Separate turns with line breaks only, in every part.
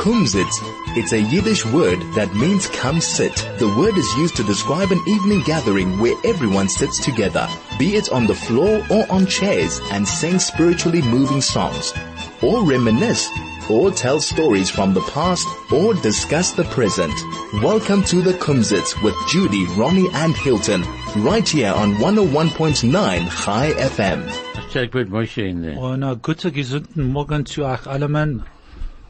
Kumsitz. It's a Yiddish word that means come sit. The word is used to describe an evening gathering where everyone sits together, be it on the floor or on chairs, and sing spiritually moving songs, or reminisce, or tell stories from the past, or discuss the present. Welcome to the Kumsitz with Judy, Ronnie, and Hilton, right here on 101.9 High FM.
Check with Moshe in there.
Und einen guten, gesunden Morgen zu euch allen,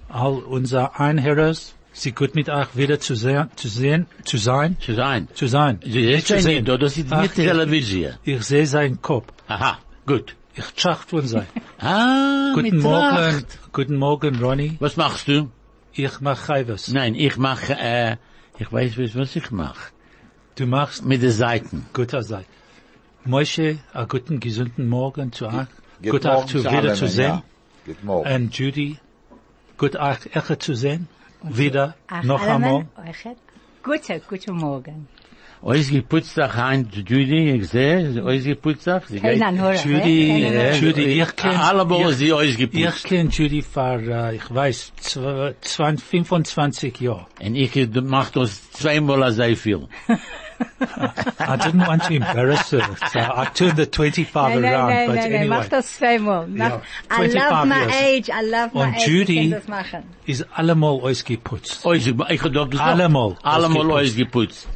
all unser Einherrer. Sie gut mit euch wieder zu sehen, zu sehen, zu sein,
Zu sein.
zu sein.
Sie jetzt
Zu
schon
sehen.
nicht, oder? Das ist
Ach,
mit Television.
Ich, ich sehe seinen Kopf.
Aha, gut.
Ich schaff von sein.
Ah,
guten
mit
Morgen,
Tracht.
guten Morgen, Ronny.
Was machst du?
Ich mach Chaiwas.
Nein, ich mache, äh, ich weiß, was- was ich mache.
Du machst
Mit den Seiten.
guter Zeit. Moshe, einen guten, gesunden Morgen zu euch.
Good
Gut euch
morning
zu
to
wieder
allen,
zu
ja.
sehen.
Good morning.
Und Judy, gut euch echer zu sehen. Wieder,
Ach, Oh,
noch einmal.
allemal, euch. Guten, guten Morgen.
Ois geputzt auch ein zu Judy, ich sehe, sie ois geputzt auch. Sie
Kein Anhörer,
Judy,
eh? Kein
äh,
Anhörer.
Judy, ich kenn-
Alle Mal
ich-
sie ois
Ich
geputzt.
kenne Judy vor, äh, ich weiß, zw- zwan- 25 Jahren.
Und ich äh, mach das zweimal so viel.
I didn't want to embarrass her, so I turned the 25
Nein, nein,
around,
nein,
but
nein, nein,
anyway.
mach das zweimal. Mach, I
25
love my
years.
age, I love my
Und
age.
Judy-
ich kann das machen.
Ist allemal ausgeputzt.
Ois, Also, ich hab doch gesagt.
Allemal
Allemal
ois
ois geputzt.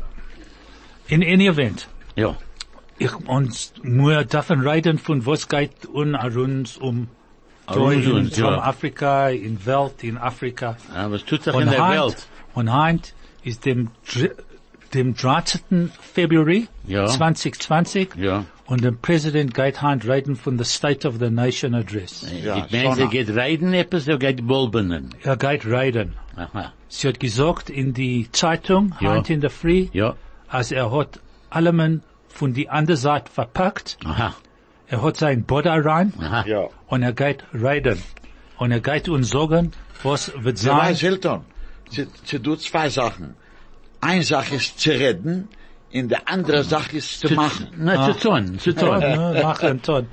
In any event,
Ja.
ich uns nur davon reden, von was geht un uns um,
Rund
in,
uns,
from
ja.
Afrika, in Welt, in Afrika.
Ah, Was tut sich in
Und
der
heint,
Welt?
und heint ist dem, dr- dem 13. February
Ja.
2020
Ja.
und der Präsident geht heint reden von the State of the Nation Address.
Ja,
Die Menschen
schon.
geht reiten etwas, er geht bolbenen.
Er geht reden.
Aha.
Sie hat gesagt in die Zeitung,
Ja.
heint in der Früh,
Ja.
als er hat Allemann von die andere Seite verpackt,
Aha.
er hat sein Body rein
Aha.
Ja.
und er geht reden. Und er geht uns sagen, was wird
Sie
sein.
weiß, Hilton, sie, sie tut zwei Sachen. Eine Sache ist zu reden, in der andere Sache ist zu machen.
Na, zu tun, zu tun.
Ton, ne, machen Ton.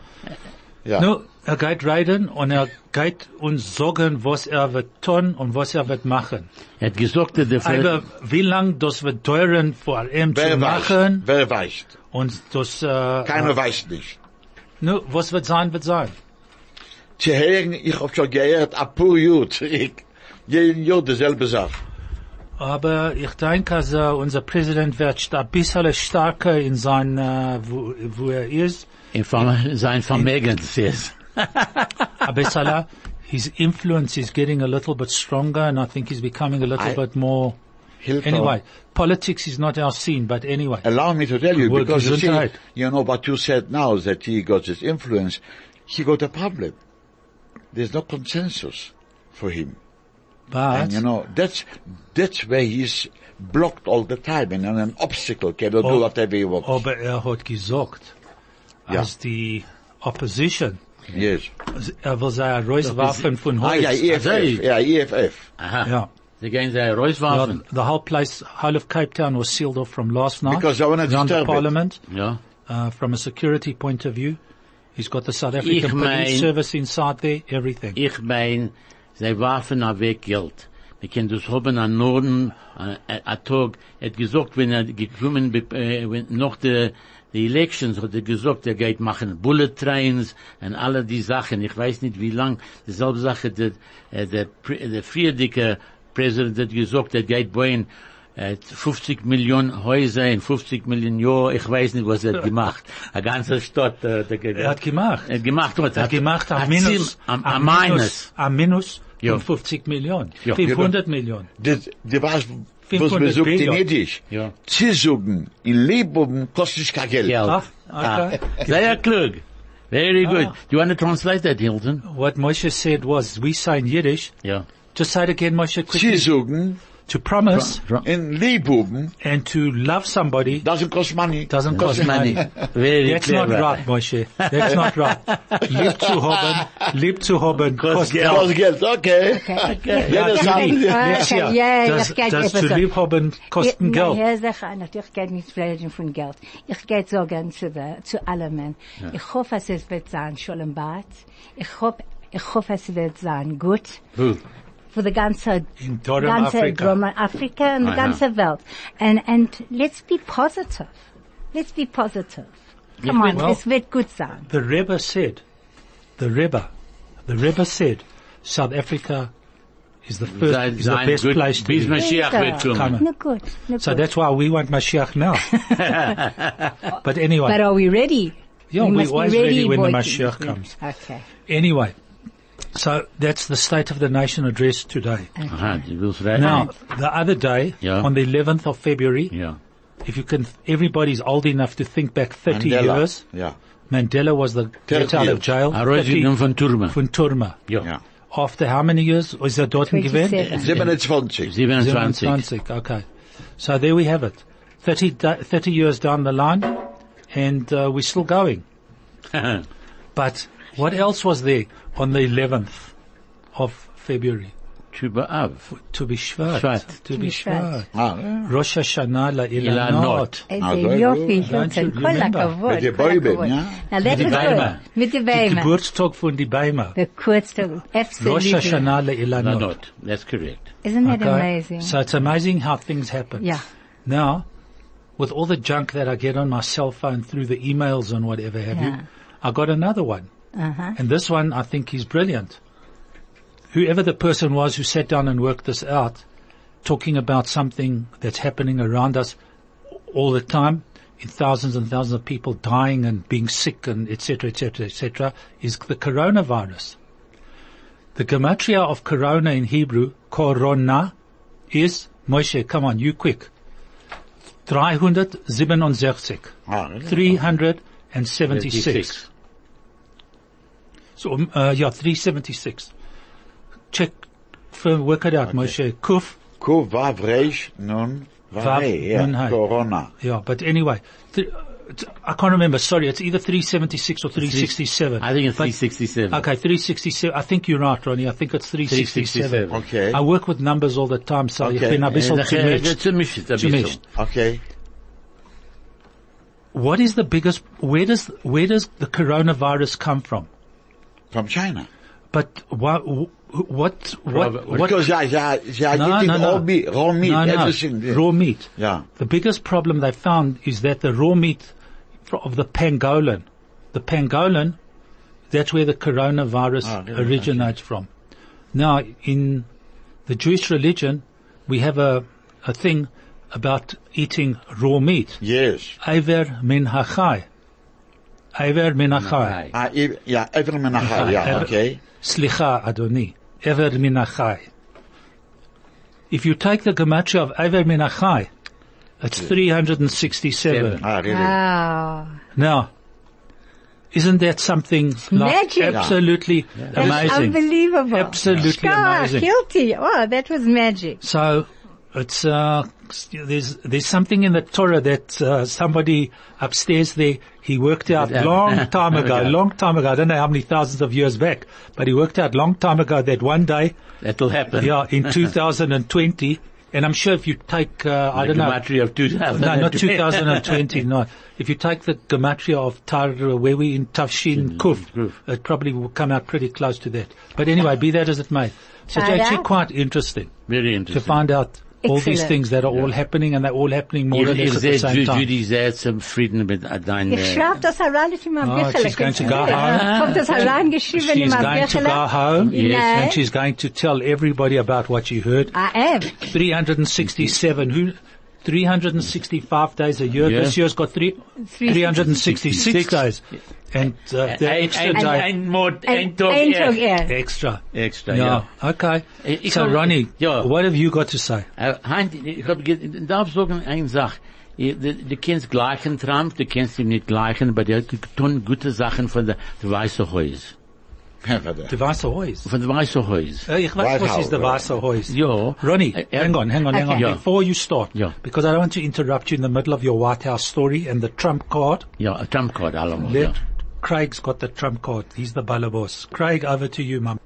Ja.
Nu, er geht reden und er geht uns sagen, was er wird tun und was er wird machen.
Er hat gesagt, dass der
Aber
Feld,
wie lang das wird teuren vor allem zu
Wer weiß?
machen
Wer weiß?
und das, äh,
Keiner weiß nicht.
nu, was wird sein, wird sein.
Zu hören, ich hab schon gehört, ab pur Jahr zurück. Jeden Jahr dieselbe Sache.
Aber ich denke, also unser Präsident wird ein bisschen stärker in sein, äh, wo, wo er ist.
in Verm- sein Vermögen ist.
Ein bisschen, his influence is getting a little bit stronger and I think he's becoming a little
I-
bit more,
Hilton.
anyway, politics is not our scene, but anyway.
Allow me to tell you,
Well,
because you see,
Gesundheit.
you know what you said now, that he got his influence, he got a problem. There's no consensus for him.
But,
And you know, that's, that's where he's blocked all the time and on an obstacle cannot
Oh.
do whatever he wants.
aber er hat gesagt,
Ja.
als die Opposition,
yes.
er will seine Reuswaffen von
Ah,
Holz.
yeah, EFF.
Azai.
Yeah, E EFF.
Aha.
Ja.
Sie gehen sehr
Yeah,
rauswerfen.
the whole place, whole of Cape Town was sealed off from last night.
Because they wanna
around the
disturb it.
parliament.
Ja.
uh, from a security point of view. He's got the South African
Ich mein-
police service inside there, everything.
Ich mein, sie werfen auch weg Geld. Wir können das haben an Norden, an an- an Tag. Er hat gesagt, wenn er gekommen, be- äh, wenn noch die, die Elections hat er gesagt, er geht machen Bullet Trains und alle die Sachen. Ich weiß nicht wie lang. Dieselbe Sache, der, äh, der, Pr- der friedliche Präsident hat gesagt, er geht bauen, äh, 50 Millionen Häuser in 50 Millionen Jahren. Ich weiß nicht, was er hat gemacht. Eine ganze Stadt, äh, der
Er hat gemacht.
Er hat gemacht, was
Er hat gemacht am
hat
Minus,
Zim- am,
a
am Minus.
am Minus
Ja.
von 50 Millionen,
Ja.
500 Millionen.
Das, das was, was
500
besucht in
Billion.
Jiddisch.
Ja.
Zusuchen, in Liebhaben kostet kein Geld.
Geld.
Ah,
Ah,
okay.
Sehr klug. Very good.
Ah.
Do you want to translate that, Hilton?
What Moshe said was, we say in Yiddish,
Yeah.
just say it again, Moshe, quickly,
Zusuchen,
to promise
in Liebhaben,
and to love somebody
doesn't cost money.
doesn't cost
Cost money.
money.
Very
That's
clever.
not right, Moshe. That's not right. Lieb zu haben, lieb zu haben, kost
Geld.
Geld.
Kost Geld, okay.
Okay.
Jeder sagt,
Nein,
Next
okay,
year.
ja,
Das,
ich geh
das
etwas
zu
sagen.
lieb haben, kosten
Ja,
Geld.
nein, Herr Sacher, natürlich geht nicht reden von Geld. Ich gehe sagen zu, der, zu allem. Ich hoffe, dass es wird sein, schon im Bad. Ich hoffe, ich hoffe, es wird sein, gut.
Who?
for the ganze,
In Totem
ganze
Africa. Uh-huh.
Drum- Africa and the
Aha.
ganze Welt. And, and let's be positive. Let's be positive. Come on,
bin-
es wird gut sein.
The Rebbe said, the Rebbe, the Rebbe said, South Africa is the first,
Sein-
is the
sein
best
gut-
place to
bis
be.
Mashiach
Bitte.
wird kommen.
Na gut, na
So
gut.
that's why we want Mashiach now. but anyway,
But are we ready?
yeah,
we
we're
must be
always
ready
ready when the
boy.
Mashiach comes.
Okay.
Anyway, so that's the State of the Nation address today.
Aha, du willst reden?
Now, the other day,
Yeah.
on the 11th of February,
Ja.
if you can, everybody's old enough to think back 30
Mandela.
years,
Yeah.
Mandela was the get out of jail.
Er reist
50
nun von Turma.
von Turma.
Ja.
Yeah.
After how many years was er dort gewesen?
27.
27.
27.
27, Okay. So there we have it. 30, da- 30 years down the line, and uh, we're still going. But what else was there on the 11th of February?
Tuba Av.
To be Shvat.
Shvat.
To be Shvat.
Shvat.
Ah, yeah.
Mm.
Rosh Hashanah la
Ilanot.
Ilanot.
Also,
Also,
Yofi,
don't you
Hilton, kolla
remember?
kavod.
Met die
kolla
Bäume,
kavod.
ja?
Now that
die
was
Bäume.
good. Mit den
Die
Bäumen.
Geburtstag von die Beimer.
Der kurze,
Rosh
absolutely.
Hashanah la Ilanot.
Lanot. That's correct.
Isn't that
Okay?
amazing?
So it's amazing how things happen.
Yeah.
Now, with all the junk that I get on my cell phone through the emails and whatever have
Yeah.
you, I got another one.
Uh-huh.
And this one I think is brilliant. Whoever the person was who sat down and worked this out, talking about something that's happening around us all the time, in thousands and thousands of people dying and being sick and etc. etc. etc. is the coronavirus. The gematria of corona in Hebrew, corona, is Moshe. Come on, you quick. 367.
Ah, yeah.
376. So, um, uh, yeah, 376. Check, firm, work it out, Moshe. Kuf,
Ku vav reish nun
Vav,
vav he, yeah.
nun he.
Corona.
yeah, but anyway, th- it's- I can't remember, sorry, it's either 376 or 367.
I think it's
But-
367.
Ah, Okay, 367, I think you're right, Ronnie, I think it's 367.
367.
Okay.
I work with numbers all the time, so
Okay.
ich bin ein bisschen
Das ist
gemischt.
ziemlich, ein bisschen.
Gemischt.
Okay.
What is the biggest, where does, where does the coronavirus come from?
From China.
But wha- wh- what, what,
Robert,
what?
Because they, they, they are
No,
getting
no, no.
raw meat, raw meat,
No, no.
everything.
Raw meat.
Yeah.
The biggest problem they found is that the raw meat fro- of the pangolin, the pangolin, that's where the coronavirus
Ah, really?
originates from. Now, in the Jewish religion, we have a, a thing about eating raw meat.
Yes.
Eiver min hachai. Eiver min hachai.
Ah, e- yeah, every minachai, yeah,
ev-
okay.
Slicha adoni. Eiver min hachai. If you take the gematria of Eiver min hachai, it's 367.
Seven.
Ah, really.
Wow.
Now, isn't that something like
Magic.
absolutely
That's
amazing?
unbelievable.
Absolutely
God,
amazing.
guilty. Oh, that was magic.
So it's uh, there's there's something in the Torah that uh, somebody upstairs there he worked out long time ago, long time ago. I don't know how many thousands of years back, but he worked out long time ago that one day,
That'll happen.
yeah, in 2020. And I'm sure if you take, uh, I
The
don't know,
gematria of 2000.
No, not 2020. no, if you take the gematria of Tar, where we in Tafshin Kuf, it probably will come out pretty close to that. But anyway, be that as it may, so it's
Tada.
actually quite interesting
Very
to
interesting.
find out all these
Excellent.
things that are all happening and they're all happening more or
Ihr, ihr
less at the
seht,
same
Ju-
time.
Judy seid zum Frieden mit deinem...
Ich schreibe das herein in meinem
Oh,
Büchel.
she's going to go home.
Ich habe das hereingeschrieben in
She's
meinem
going to
Büchel.
go home
Yes.
and she's going to tell everybody about what you heard.
I am.
367, who, 365 days a year.
Yeah.
This year's got three, 366 days. And uh, the
Ein,
extra
ein,
day.
ein, Mord, ein
Ein
Tag
ein Tag
eher.
eher.
Extra.
Extra,
Yeah. E-
ja.
Okay.
I- I
So
can't-
Ronnie,
Yeah.
what have you got to say?
Äh, Heinz, ich hab, ge- darf sagen eine Sache. Ihr- Du du kennst gleichen Trump, du kennst ihn nicht gleichen, aber der hat getan gute Sachen von der, der Weiße Häus.
The Viceroys.
Von der Weiße Häus.
Uh, ich weiß,
White
was
House,
ist der
right.
Viceroys.
Ja.
Ronnie,
Äh,
hang on, hang on, hang on.
Okay.
Yeah.
Before you start,
Yeah.
because I don't want to interrupt you in the middle of your White House story and the Trump card.
Ja, ein Trump Card allemal,
Let
ja.
Craig's got the Trump card. He's the baller boss. Craig, over to you, mum.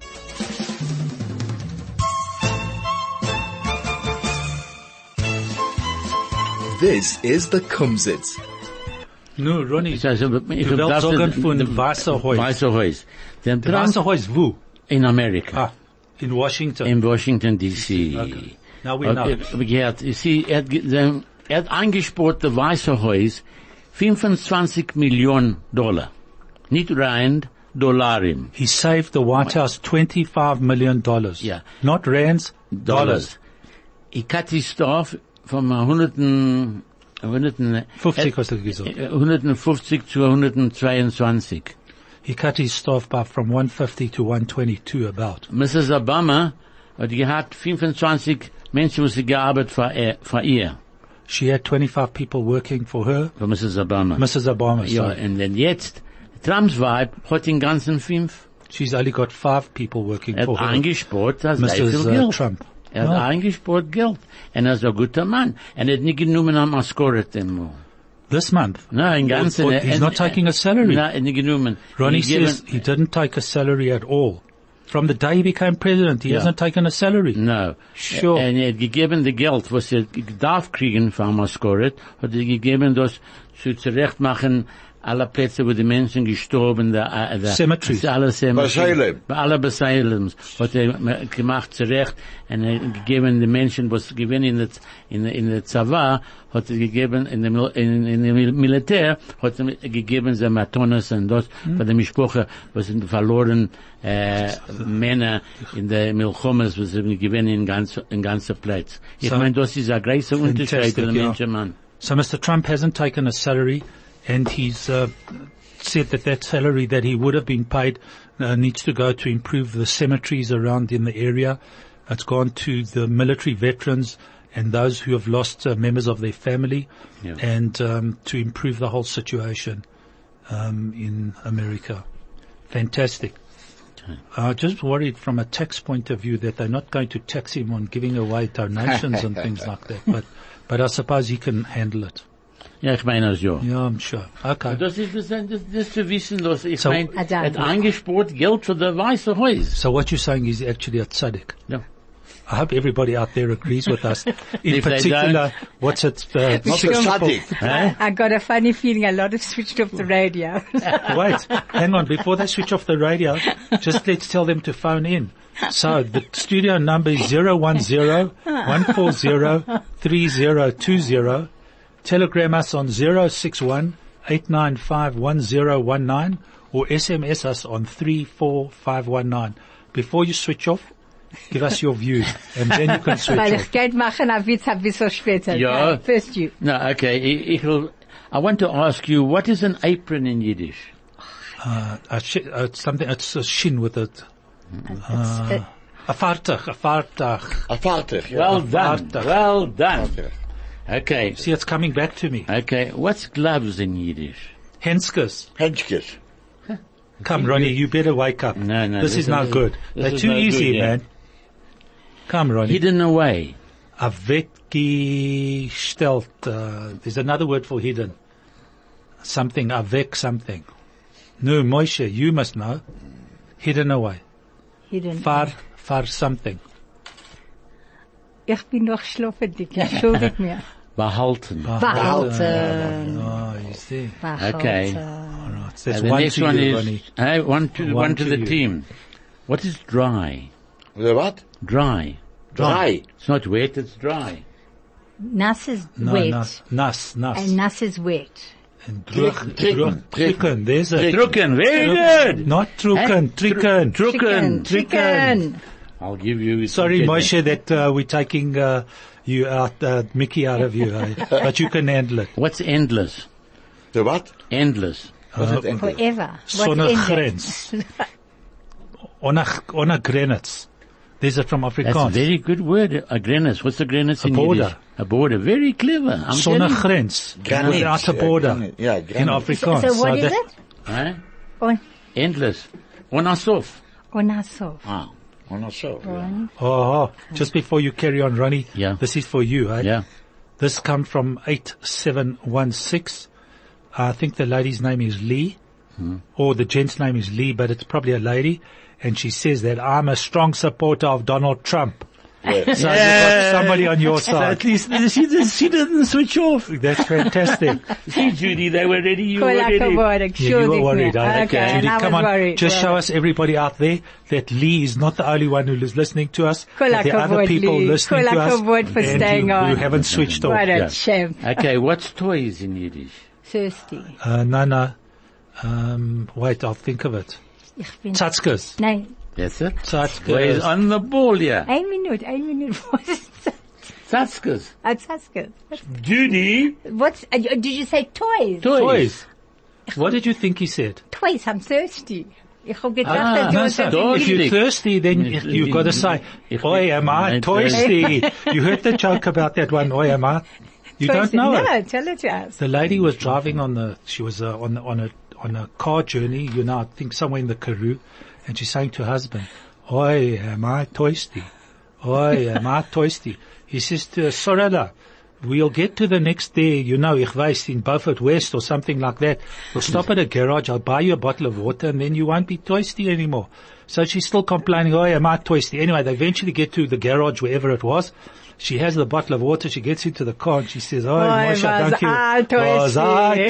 This is the Kumsitz.
No, Ronnie.
Ich sag, ich
Du willst
darf-
sagen von
der-
Weiße Häus.
Weiße Häus. Der
The
Trump
Viceroys, who?
in Amerika.
Ah, in Washington.
in Washington DC.
Okay. Now we
Okay,
know.
aber Gerd, you see, er hat, ge- sein- er hat angespart der Weiße Haus 25 Millionen Dollar. Nicht rein, Dollarim.
He saved the White House $25 million.
Yeah.
Not rands, dollars.
Dollars. He cut his staff from 100, and- 100, and- e-
50 hast du gesagt.
150 äh, zu 122.
He cut his staff by from 150 to 122 about.
Mrs. Obama hat gehabt 25 Menschen, die sie gearbeitet für ihr- für ihr,
She had 25 people working for her,
für Mrs. Obama.
Mrs. Obama.
Ja,
sorry.
und dann jetzt, Trumps Weib hat den ganzen fünf.
She's only got five people working
Er
for
hat
her.
eingespart, das sei viel
Mrs. uh,
Geld.
Trump.
Er hat
No.
eingespart Geld. Und er ist ein guter Mann. Er hat nicht genommen am Ascoret immer.
This month.
Nein, ganz
Or- or he's not taking a salary.
Nein, er hat nicht genommen.
Ronnie
Die geben-
says he didn't take a salary at all. From the day he became president, he
Yeah.
hasn't taken a salary.
No.
Sure.
En er hat gegeben das Geld, was er darf kriegen von Maskoret, hat er gegeben, das zu zurechtmachen, alle Plätze, wo die Menschen gestorben, äh, der, der,
Cemeteries.
alle Cemeteries.
Asylum.
Bei alle Asylums hat er ma- gemacht zurecht, und er hat gegeben den Menschen, was gewinnen in der, Z- in, der- in der Zawa, hat er gegeben, in der, Mil- in, in der Mil- Militär, hat er gegeben, sie Matonas und das,
Hm?
von der Mischproche, was sind verloren, äh, Männer in der Milchomes, was sind gewinnen in ganz, in ganzer Platz. Ich
So-
meine, das ist ein großer Unterschied
Fantastic,
für den
ja.
Menschen, Mann.
So Mr. Trump hasn't taken a salary, and he's uh, said that that salary that he would have been paid uh, needs to go to improve the cemeteries around in the area. It's gone to the military veterans and those who have lost uh, members of their family,
Yeah.
and um, to improve the whole situation um, in America. Fantastic. I just worried from a tax point of view that they're not going to tax him on giving away donations and things like that. But, but I suppose he can handle it.
Ja, ich meine das ja.
Yeah, I'm sure. Okay.
Das ist, das, das, das zu wissen, dass ich
So-
meine,
Ah,
hat
danke.
angespart Geld für der weiße Häus.
So what you're saying is actually a tzaddik.
Ja.
I hope everybody out there agrees with us. In
If they
particular, what's it, uh,
Not a tzaddik.
I got a funny feeling a lot of switched off the radio.
Wait, hang on. Before they switch off the radio, just let's tell them to phone in. So the studio number is 010-140-3020. Telegram us on 061-895-1019 or SMS us on 34519. Before you switch off, give us your view and then you can switch
Weil
off.
ich geht machen ein Witz ein bisschen später.
Ja.
Nein, First you.
No, okay. I, ich will, I want to ask you, what is an apron in Yiddish?
Uh, shi- uh, it's something, it's a shin with it.
It's, uh,
A fartach, a fartach.
A father.
Well done.
Vater.
Well done. Okay.
See, it's coming back to me.
Okay. What's gloves in Yiddish?
Henskes.
Henschkes.
Come, Ronnie, you better wake up.
No, no,
This,
this
is not
is-
good.
this
They're
is
too
not
easy,
good, yeah.
man. Come, Ronnie.
Hidden away.
Avekgestelt. Uh, there's another word for hidden. Something, avek something. No, Moshe, you must know. Hidden away.
hidden.
Far, far something.
Ich bin noch schlaffendig. Entschuldigt mir.
Behalten.
Behalten.
Oh, you see.
Behalten.
Okay.
Right. That's
And the
one
next
to
one
you,
is,
Ronnie.
hey, one to,
One
one, to,
to
the
you.
team. What is dry?
The what?
Dry.
Dry.
It's not wet, it's dry.
Nass is
No,
wet.
nas, nas, nas.
And nass is wet.
And druch, druch,
Tricken, tricken. Eh?
tricken. There's a
Drucken. Very good.
Not trucken, tricken.
Chicken.
Drucken.
Chicken.
I'll give you.
Sorry, Moshe, that uh, we're taking uh, you out, uh, Mickey out of you, eh? but you can handle it.
What's endless?
The what?
Endless.
Eh,
What's it in English?
Forever. What's
Sonder
in it?
grens. On a, on a grenitz. There's it from
That's a
Afrikaans.
very good word. A grenis. What's a grenis in
border.
Yiddish? A border. Very clever. I'm
Sonder
telling you.
grens.
Granite,
Without a
yeah,
border.
granite, yeah,
In
granite.
Afrikaans.
So what is
that-
it?
Huh?
On,
Endless. On us off.
on us off.
Wow.
Oh, not so.
Oh, oh. just before you carry on, Ronnie.
Yeah.
This is for you, eh?
Yeah.
This come from 8716. I think the lady's name is Lee, or the gent's name is Lee, but it's probably a lady. And she says that I'm a strong supporter of Donald Trump.
Yeah.
So you've got somebody on your
So at
side.
least she, didn't- she didn't switch off.
That's fantastic.
See, Judy, they were ready. You were
Kolla
ready.
Koborek,
Yeah, you were
schuldig
worried.
mir.
I
Okay,
okay,
and I
come
was
on.
worried.
Just show
Well,
us everybody out there that Lee is not the only one who is listening to us.
Kolla
that there are other
kavod,
people
Lee.
listening
Kolla
to us
kavod for
and who-
staying
who
on.
haven't switched off.
What
Yeah.
a shame.
Okay, what's toys in Yiddish?
Thirsty.
Uh, no, no. Um, wait, I'll think of it.
Ich bin...
Tzatzkes.
Nein,
That's it. Toys
Tzatzkes.
on the ball, yeah.
ein Minute, ein Minute. Was ist das?
Saskers.
Als Haskell.
Judy.
What's, uh, did you say
Toys.
toys?
Toys. What did you think he said?
Toys, I'm thirsty. Ich hab gedacht,
Ah,
dass du
No,
uns
sir.
Toys.
If you're thirsty, then
Mm,
Yes,
you've got to say,
yes.
Oi, am I
Yes.
thirsty? You heard the joke about that one, Oi, am I? You don't
thirsty-
know it.
No, tell it to us.
The lady was driving on the, she was uh, on, on a, on a car journey, you know, I think somewhere in the Karoo, and she's saying to her husband, Oi, am I toasty? Oi, am I uh, toasty? He says to her, Sorella, we'll get to the next day, you know, ich weiß, in Beaufort West or something like that. We'll stop at a garage, I'll buy you a bottle of water and then you won't be toasty anymore. So she's still complaining, Oi, am I toasty? Anyway, they eventually get to the garage, wherever it was. She has the bottle of water, she gets into the car and she says, Oh,
Oh,
Moshe,
was
thank you.
I toasty.
Was I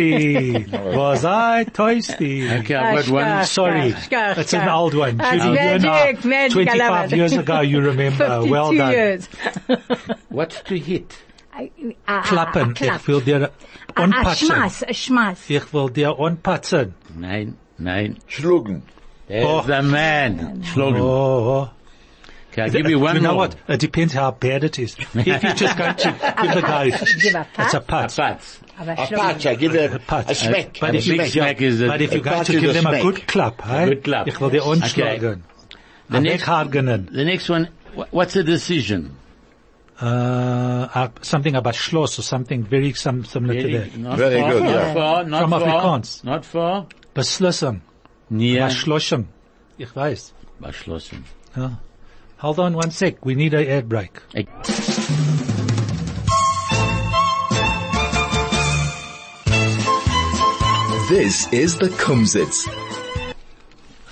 toasty? was I toasty?
Okay,
Ah,
I've got one.
Ashka.
Sorry,
Scar,
it's
scar.
an old one.
That's
Judy, you and I-
magic, magic, I love
25
it.
years ago, you remember.
52
Well done.
years.
What's to hit?
I- I- I-
Klappen.
I- Klapp.
Ich will dir
Ah, ah,
anpatzen.
Schmaß, ah, Schmaß.
Ich will dir anpatzen.
Nein, nein.
e- Schlugen.
There's
Oh.
the man. Slogan.
Oh,
Okay, I'll give you one
you know
more.
what? It depends how bad it is. If you're just going to give the guy,
Give a pat?
it's a
A
putz.
putz.
Aber
Ah,
A
Schluck.
patch, I Ah, give a,
A patch.
a smack.
But
a
if, you,
big smack is a-
but if you're
a
going
patch
to
is
give
a
them a
smack.
good clap, hey?
good clap.
Ich will dir anschlagen.
The next-
Weghargenen.
The next one, wh- what's the decision?
uh, uh, something about Schloss or something very some, similar to that.
Not
Very
far,
good,
not
yeah.
far, not
From
far,
Afrikaans.
Not far.
Beschlossen.
Near.
Yeah. Beschlossen. Ich weiß.
Beschlossen.
Ja. Hold on one sec. We need a ad break.
Ey.
This is the Kumsitz.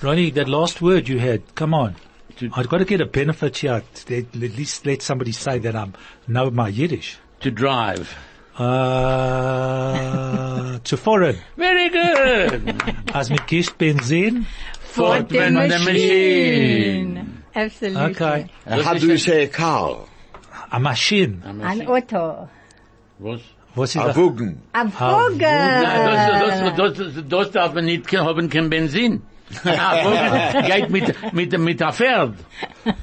Ronnie, that last word you had, come on.
To-
I've got to get a benefit here. At at least let somebody say that I know my Yiddish.
To drive.
Uh, zu fahren.
Very good.
Als mit Gist Benzin.
Fort
The
Van der
machine. Absolutely.
Okay.
And how do you say a car?
A machine.
Ein Auto.
Was?
Was ist
A
das?
Wagen.
Ein Vogel.
Das, das, das, das darf man nicht ke- haben kein Benzin. Ah, Wogen geht mit, mit, mit der Ah, Pferd.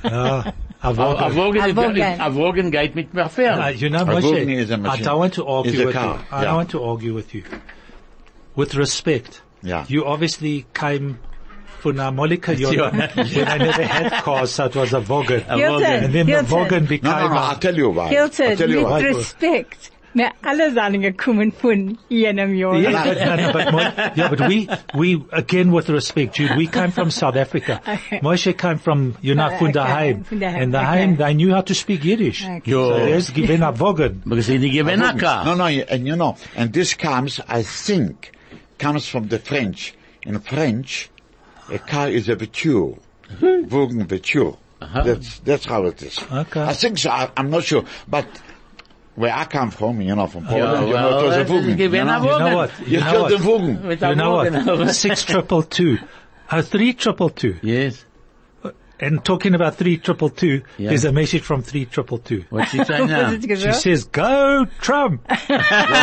Ja. Uh, A
A
Wagen.
Wogen-
A Wogen.
A Wogen geht mit der Pferd.
Uh, you know,
A
Moshe,
Volkswagen is a
I
machine.
don't want to argue
Is a
with
car,
you. I
yeah.
don't want to argue with you. With respect.
Yeah.
You obviously came from a Molika Yona when I never had cars, so it was a Vogan.
Hilton,
And then the
Hilton.
Vogan became
No, no, no, I'll
a...
nou, tell you why. I'll
Hilton,
tell you
mit
why.
Respekt. Mir alle sind gekommen von jenem Jahr.
Yeah, but, no, no, but Mo- yeah, but we, we, again with respect, Jude, we came from South Africa. Moshe came from, you know,
Uh,
from the
okay,
Haim.
from the Haim,
And the
okay.
Haim, they knew how to speak Yiddish.
Okay.
So there's given a Vogan.
Because they didn't give an acre.
No, no, and you know, and this comes, I think, comes from the French. In French, a car is a voiture. Wagen voiture. That's, that's how it is.
Hmm. Uh-huh. Okay.
I think so, I, I'm not sure, but where I come from, you know, from Poland, you know, it was a
well,
Wagen.
give
You
an
know,
acre.
You know what? You
you
know
killed the
what?
Wagen.
With a
You know
Wogen.
what? Six triple two. Uh, three triple two.
Yes.
And talking about three triple two,
Yeah.
there's a message from three triple two.
What's he saying
Was
now?
it
She
gesagt?
says, "Go Trump."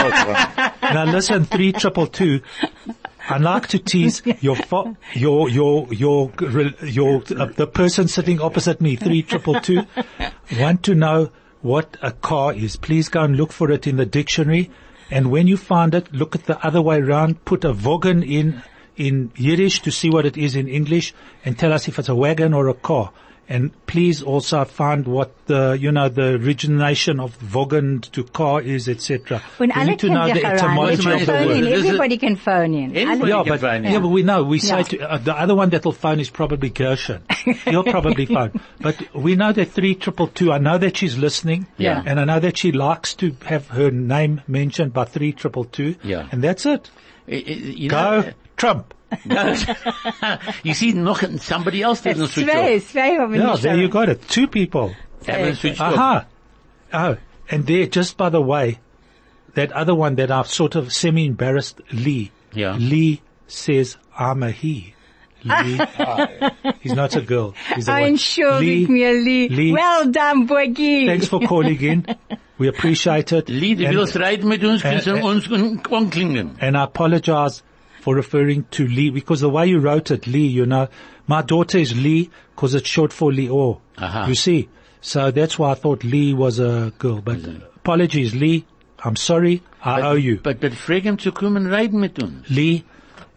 now listen, three triple two. I like to tease your fa- your your your your, your uh, the person sitting opposite me. Three triple two. Want to know what a car is? Please go and look for it in the dictionary. And when you find it, look at the other way round. Put a wagon in in Yiddish to see what it is in English, and tell us if it's a wagon or a car. And please also find what the, you know, the origination of wagon to car is, etcetera.
Und
We
alle
need to know the
kennen dich heran.
etymology
You
What's
can
of the
my
phone in.
word.
This is-
Everybody can phone in.
Anybody
Yeah,
can
but,
phone in.
yeah, but we know, we say
Yeah.
to, uh, the other one that'll phone is probably Gershon. He'll probably phone. But we know that three triple two, I know that she's listening.
Yeah.
And I know that she likes to have her name mentioned by three triple two.
Yeah.
And that's it.
Eh, eh, You know,
Go Trump.
you see, noch somebody else doesn't switch
Zwei,
off.
zwei haben wir
Yeah,
nicht.
there you got it. Two people.
Haven't switched off.
Aha. Oh, and there, just by the way, that other one that I've sort of semi-embarrassed, Lee.
Yeah.
Lee says, I'm a he. Lee. he's not a girl. He's a what?
Entschuldig mir, Lee.
Lee.
Well done, Bogie.
Thanks for calling in. We appreciate it.
Lee, du
And-
willst reiten mit uns, kannst du
and-
uns un- anklingen.
and I apologize for referring to Lee because the way you wrote it, Lee, you know, my daughter is Lee because it's short for Leo.
Aha.
You see, so that's why I thought Lee was a girl. But apologies, Lee. I'm sorry. I owe you,
Mm-hmm. But, but frag him zu kommen reiten mit uns.
Lee.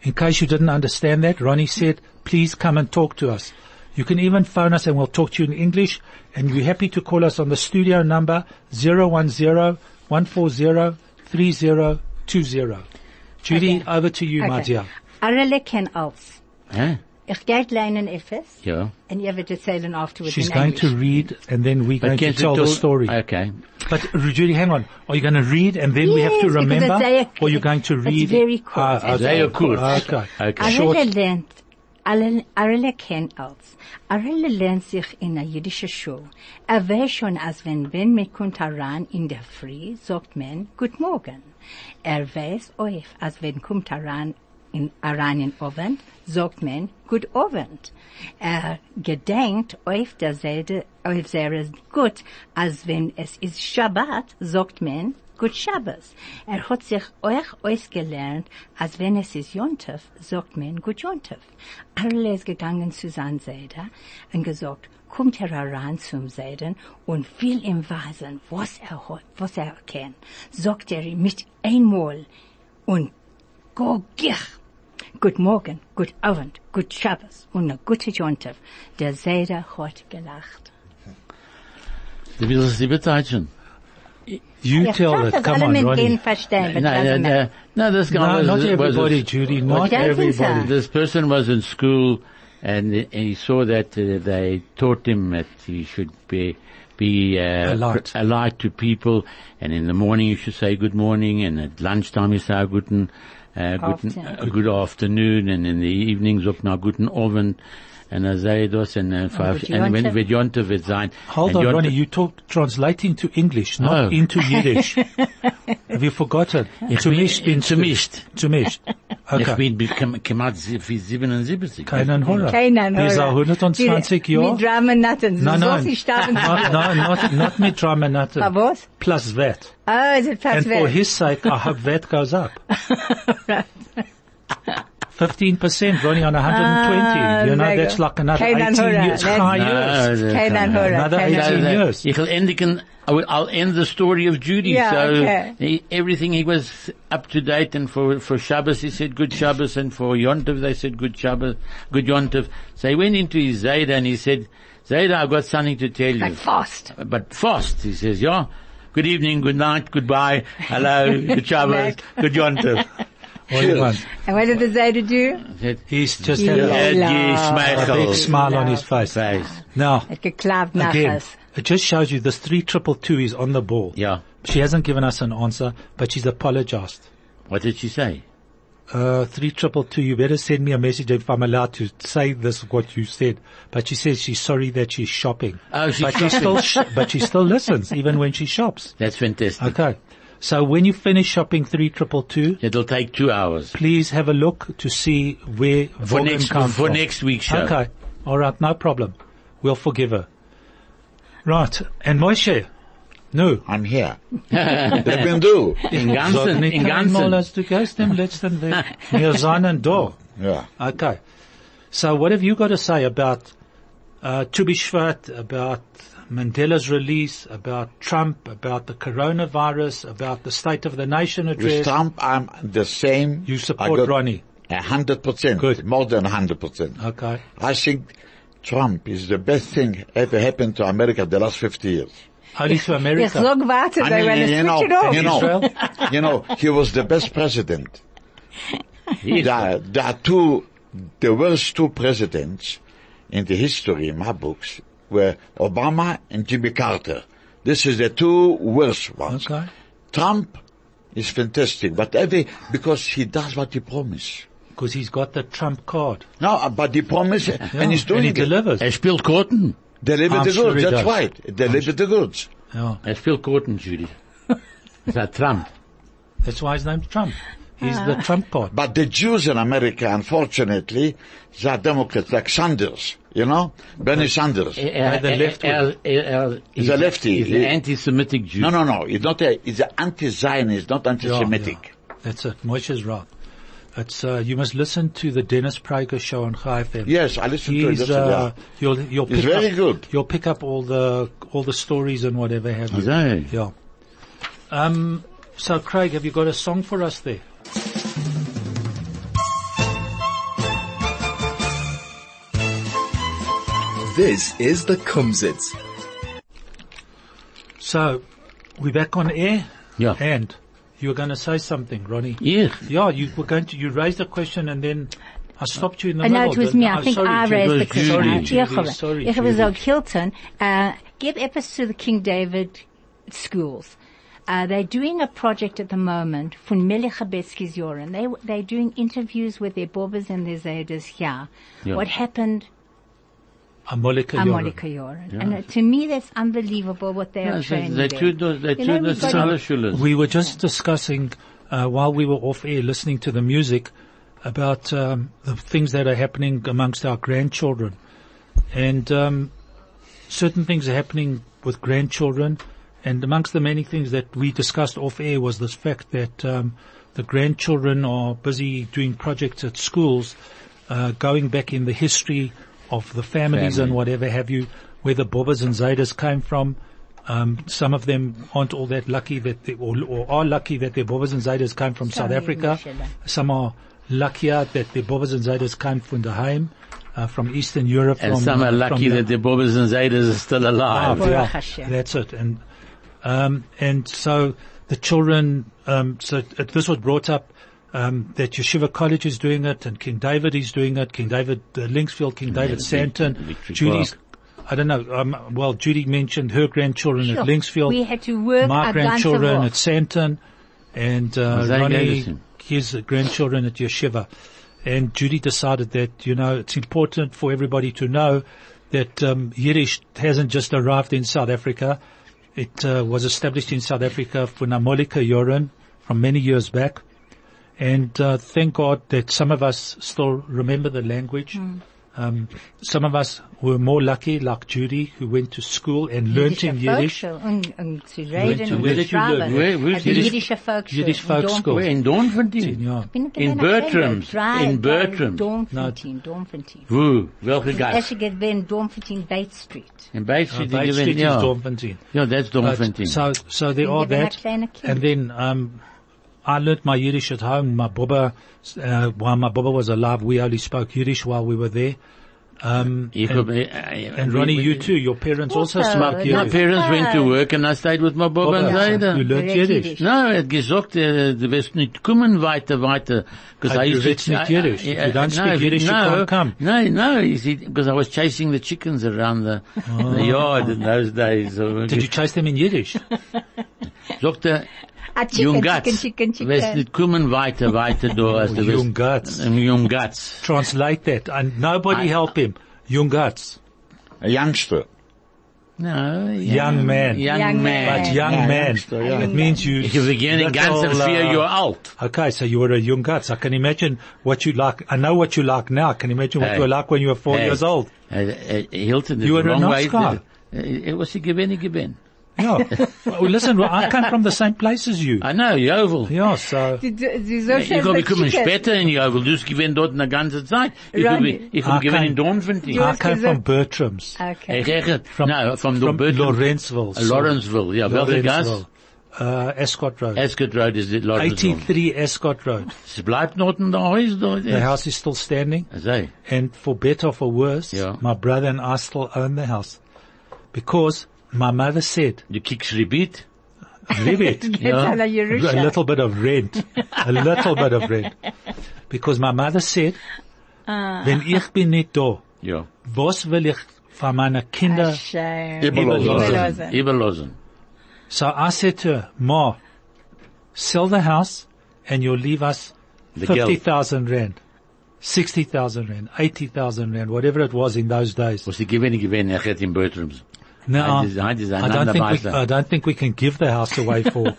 In case you didn't understand that, Ronnie said, please come and talk to us. You can even phone us and we'll talk to you in English. And you're happy to call us on the studio number 010-140-3020. Judy,
Okay.
over to you, my
Okay.
dear.
Arelle ken alles.
Hä?
Ich gehe lernen etwas.
Ja.
And you have to say it afterwards
She's
in
going
English.
to read and then we're going to
kannst du
tell the
do-
story.
Okay.
But Judy, hang on. Are you going to read and then we have
Yes,
to
because
remember?
it's very-
or you're going to
it's
read?
very cool.
Ah, okay.
Very cool.
Okay.
Okay.
Short.
Arelle lernt, alle- Arelle ken alles. Arelle lernt sich in einer jüdischen Schule. Er weiß schon, als wenn wenn man kommt heran in der Früh, sagt man, Guten Morgen. Er weiß euch, als wenn kommt heran in heran in Abend, sagt man, Good Abend. Er gedenkt oh, auf derselbe, auf sehr gut, als wenn es ist Shabbat, sagt man, Gut Shabbos. Er hat sich euch ausgelernt, als wenn es ist Jontef, sagt man Gut Jontef. Alle ist gegangen zu seinem Seder und gesagt, kommt er heran zum Seden und will ihm weisen, was er hat, was er kann. Sagt er ihm mit einmal und go gich. Good Morgen, Good Abend, Good Shabbos und eine gute Jontef. Der Seder hat gelacht.
Du willst es überteilen.
You
Ich
tell
glaube,
it.
dass
Come
alle
on,
Menschen
Ronnie.
gehen verstehen,
Nein,
was das
nein,
meint.
nein, nein, das
No,
was-
not
was-
everybody, Judy, not
Doesn't
everybody.
sound-
This person was in school and, and he saw that uh, they taught him that he should be be uh,
A light.
a light to people, and in the morning you should say good morning, and at lunchtime you say guten, uh, guten
Afternoon.
uh, good afternoon, and in the evenings up now guten Abend, and I say those and uh, five,
good
and when
Yonte.
with Yonte wird sein. and
Hold on,
Yonte-
Ronnie. You talk translating to English,
No.
not into Yiddish. Have you forgotten?
Ich
To
bin-
mischt in
to mischt.
To mischt.
Ich
Okay.
bin bekam- gemacht sie- für 77.
Keinen Horror.
Keinen
There's
Horror.
120
Die-
Jahre.
die Dramen natten. Sie
No, no,
soll sie sterben.
not, no, not, not mit drama, not
Ah, was?
plus that.
Ah, sie
And
passt
for
weg.
his sake, I hope that goes up. Fifteen percent, Ronnie, on hundred and twenty.
Ah,
you know,
there you
that's
go.
like another
Kein
eighteen
Anhörer.
years,
That's-
high
No,
years.
that's-
Keinen Horror.
Another
keinen
18
Horror.
years.
Ich will endigen, I will, I'll end the story of Judy.
Yeah,
so
okay.
he, everything he was up to date, and for for Shabbos he said good Shabbos, and for Yontiv they said good Shabbos, good Yontiv. So he went into his Zayda and he said, Zayda, I've got something to tell you,
Like fast.
but fast. He says, yeah. Good evening, good night, goodbye, hello, good Shabbos, good Yontiv.
All in one.
And what did the Zayda do?
He said,
He's just
Yeah.
had a
"Ed
a
Yishmeichel."
big smile on his face.
Face.
Now,
Hat geklappt nach
again,
us.
it just shows you this three triple two is on the ball.
Yeah.
She hasn't given us an answer, but she's apologized.
What did she say?
Uh, three triple two. You better send me a message if I'm allowed to say this what you said. But she says she's sorry that she's shopping.
Oh, she's
but she
shopping.
still, sh- but she still listens even when she shops.
That's fantastic.
Okay. So when you finish shopping three triple two,
It'll take two hours.
please have a look to see where
For
Vaughan
next,
comes
for
from.
next week's show.
Okay. All right. No problem. We'll forgive her. Right. And Moshe. No.
I'm here. Let me do.
In ganzen, in
Einmal
ganzen.
hast du gestern letzten Weg. Wir seien da.
Yeah.
Okay. So what have you got to say about uh, Tu B'Shvat, about Mandela's release, about Trump, about the coronavirus, about the State of the Nation
With
address?
Trump, I'm the same.
You
I
support
got
Ronnie.
A hundred percent.
Good.
More than a hundred percent.
Okay.
I think Trump is the best thing ever happened to America the last 50 years.
Only to
Ich
America.
sag, warte,
I
they
mean,
wanna
you know,
switch it off.
you know,
Israel?
you know, he was the best president.
Yes.
There, are- there are two, the worst two presidents in the history, in my books, were Obama and Jimmy Carter. This is the two worst ones.
Okay.
Trump is fantastic, but every, because he does what he promised.
Because he's got the Trump card.
No, uh, but he promised, and he's doing
and he
it.
delivers.
Er spielt Karten.
Deliver
I'm
the
sure
goods.
he
That's
does.
right. Deliver the goods.
Yeah.
Es viel Koten, Judy. Es hat Trump.
That's why his name's Trump. He's the Trump card.
But the Jews in America, unfortunately, they are Democrats, like Sanders, you know? Bernie Sanders.
Er, er,
the left
er, er, er,
He's a lefty.
He's an
He-
anti-Semitic Jew.
No, no, no. It's not a, it's a anti-Zionist, not
Yeah,
anti-Semitic.
yeah. That's it. Moshe's right. It's, uh, you must listen to the Dennis Prager show on Chai FM.
Yes, I listen to it.
He's,
That's a-
uh, you'll, you'll
He's
pick
very
up,
good.
You'll pick up all the, all the stories and whatever have you.
Okay.
Yeah. Um, so Craig, have you got a song for us there?
This is the Kumsitz.
So, we're back on air.
Yeah.
And you were going to say something, Ronnie.
Ich.
Yeah, you were going to, you raised a question and then I stopped you in the
Uh,
middle.
no, it was
didn't
me. I think
sorry,
I
Judy.
raised the
was
question.
Judy.
Ich
Sorry,
habe,
sorry,
ich habe gesagt,
Judy.
Hilton, uh, give efforts to the King David schools. Uh, they're doing a project at the moment from Melech Habetsky's Yoren. They, they're doing interviews with their Bobbers and their Zeders here.
Yeah.
What happened
Amolika
at
Yoram.
Monica Yoren. And uh, to me, that's unbelievable what they are
Yes, they-
training
they
there.
do those- they
You know,
do
we've
those
got-
smaller shulas.
We were just discussing, uh, while we were off air listening to the music about, um, the things that are happening amongst our grandchildren. And, um, certain things are happening with grandchildren. And amongst the many things that we discussed off air was this fact that, um, the grandchildren are busy doing projects at schools, uh, going back in the history of the families
Family.
and whatever have you, where the Bobbers and Zaydas came from. Um, some of them aren't all that lucky that they, or, or are lucky that their Bobbers and Zaydas came from South
Sorry,
Africa.
Michelle.
Some are luckier that their Bobbers and Zaydas came from the home, uh, from Eastern Europe.
And
from,
some are
from Ah,
lucky
the-
that the Bobbers and Zaydas are still alive.
Baruch
yeah,
Hashem.
That's it. And um, and so the children. Um, so it, this was brought up um, that Yeshiva College is doing it, and King David is doing it. King David uh, Linksfield, King David Santon,
Victory
Judy's.
Park.
I don't know. Um, well, Judy mentioned her grandchildren
Sure.
at Linksfield.
We had to work
my
our
grandchildren
ganze
at Santon, and uh,
Was that
Ronnie,
Anderson?
his grandchildren at Yeshiva. And Judy decided that, you know, it's important for everybody to know that um, Yiddish hasn't just arrived in South Africa. It uh, was established in South Africa for Namolika Yoren from many years back. And uh, thank God that some of us still remember the language. Um, some of us were more lucky, like Judy, who went to school and learned in Yiddish.
Volksschule um, und, und zu reden
to-
und
where
zu
did you learn?
schreiben.
Where- where
At
did
the
you-
Jiddische Volksschule.
Yiddish
in
Volk
Dornbirn.
school.
Where in Dornfontein?
Yeah.
Bin ich
In
gewesen, Ach,
Bertrams.
Right,
In Bertrams.
Dornfontein, Dornfontein.
Wo? Welche
Es
Geist?
geht in Dornfontein, Bates Street.
In Bay City,
Bay
die
Street
gewinnen, ja.
Ah, is Dornfontein.
Ja, that's
But
Dornfontein.
So, so there
Then
are
they were
that.
like kleine Kinder.
And then, um, I learnt my Yiddish at home. My Baba, uh, while my Baba was alive, we only spoke Yiddish while we were there.
Ich hab- I- I-
And
we-
Ronnie,
we-
you too, your parents also,
Also,
spoke
Oh, not-
My
Yiddish.
parents went to work and I stayed with my Bob and Zayda.
you learnt
Direkt
Yiddish.
Yiddish.
No, er hat gesagt, äh, du wirst nicht kommen weiter, weiter. er, 'Cause
Ah,
I
du
used to-
redest nicht
I- I-
Jiddisch. If you don't speak Yiddish, you can't come.
No, no, you see, because I was chasing the chickens around the, the yard in those days. So,
Oh. Did you chase them in Yiddish?
sagt er,
Ah, chicken, chicken,
Jungatz,
chicken, chicken.
wirst nicht kommen weiter, weiter da. als du wirst-
Jungatz.
Ähm, Jungatz.
Translate that. And nobody
I-
help him. Jungatz.
A youngster.
No,
Young man.
Young, man.
Young man.
But young
Yeah,
man.
youngster, yeah.
It means you.
Ich beginne ganz
little,
at vier
uh,
Jahre alt.
Okay, so you were a young guts. I can imagine what you like. I know what you like now. I can imagine what
Hey.
you were like when you were four
Hey.
years old.
Äh, äh, Hilton,
You
it's
were
a
a
long way.
nice guy.
Äh, äh, Was ich gewinne, gewinne.
Yeah. well, listen, well, I come from the same place as you. uh,
I know, Jovel.
Yeah, so
Du- du- du sollst
Ich
selber
glaube, ich komme
chicken.
später in Jovel. Du hast gewinnt dort eine ganze Zeit. Ich
Ronnie.
habe ich hab
Ah,
gewinnt
kein-
in Dornfontein.
I
Yours
come
is
from
a- Uh,
Bertram's.
Ich
Okay.
rechne,
From,
no, from,
from
the
Lawrenceville. so-
Lawrenceville, yeah. Welche Gas?
Lawrenceville. Uh, Escott Road.
Ascot Road is it Lawrenceville.
83 Escott Road.
Es bleibt dort in der Haus, dort.
The house is still standing.
Sei.
And for better or for worse,
Yeah.
my brother and I still own the house. Because my mother said,
Du kriegst Rebit.
leave it.
Ja.
Jetzt hat er
a
Jerusha.
little bit of rent. A little bit of rent. Because my mother said,
Uh.
wenn ich bin nicht da,
Ja.
was will ich von meinen
Ah,
Kindern?
Hashem.
Überlosen.
Überlosen.
Überlosen.
So I said to her, Ma, sell the house and you'll leave us
The
50,000 rand. 60,000 rand, 80,000 rand, whatever it was in those days.
Was die gewinne gewinne, ich hätte in Bertrams.
Now,
Heinz is- Heinz is
I don't
another
think we,
bastard.
I don't think we can give the house away for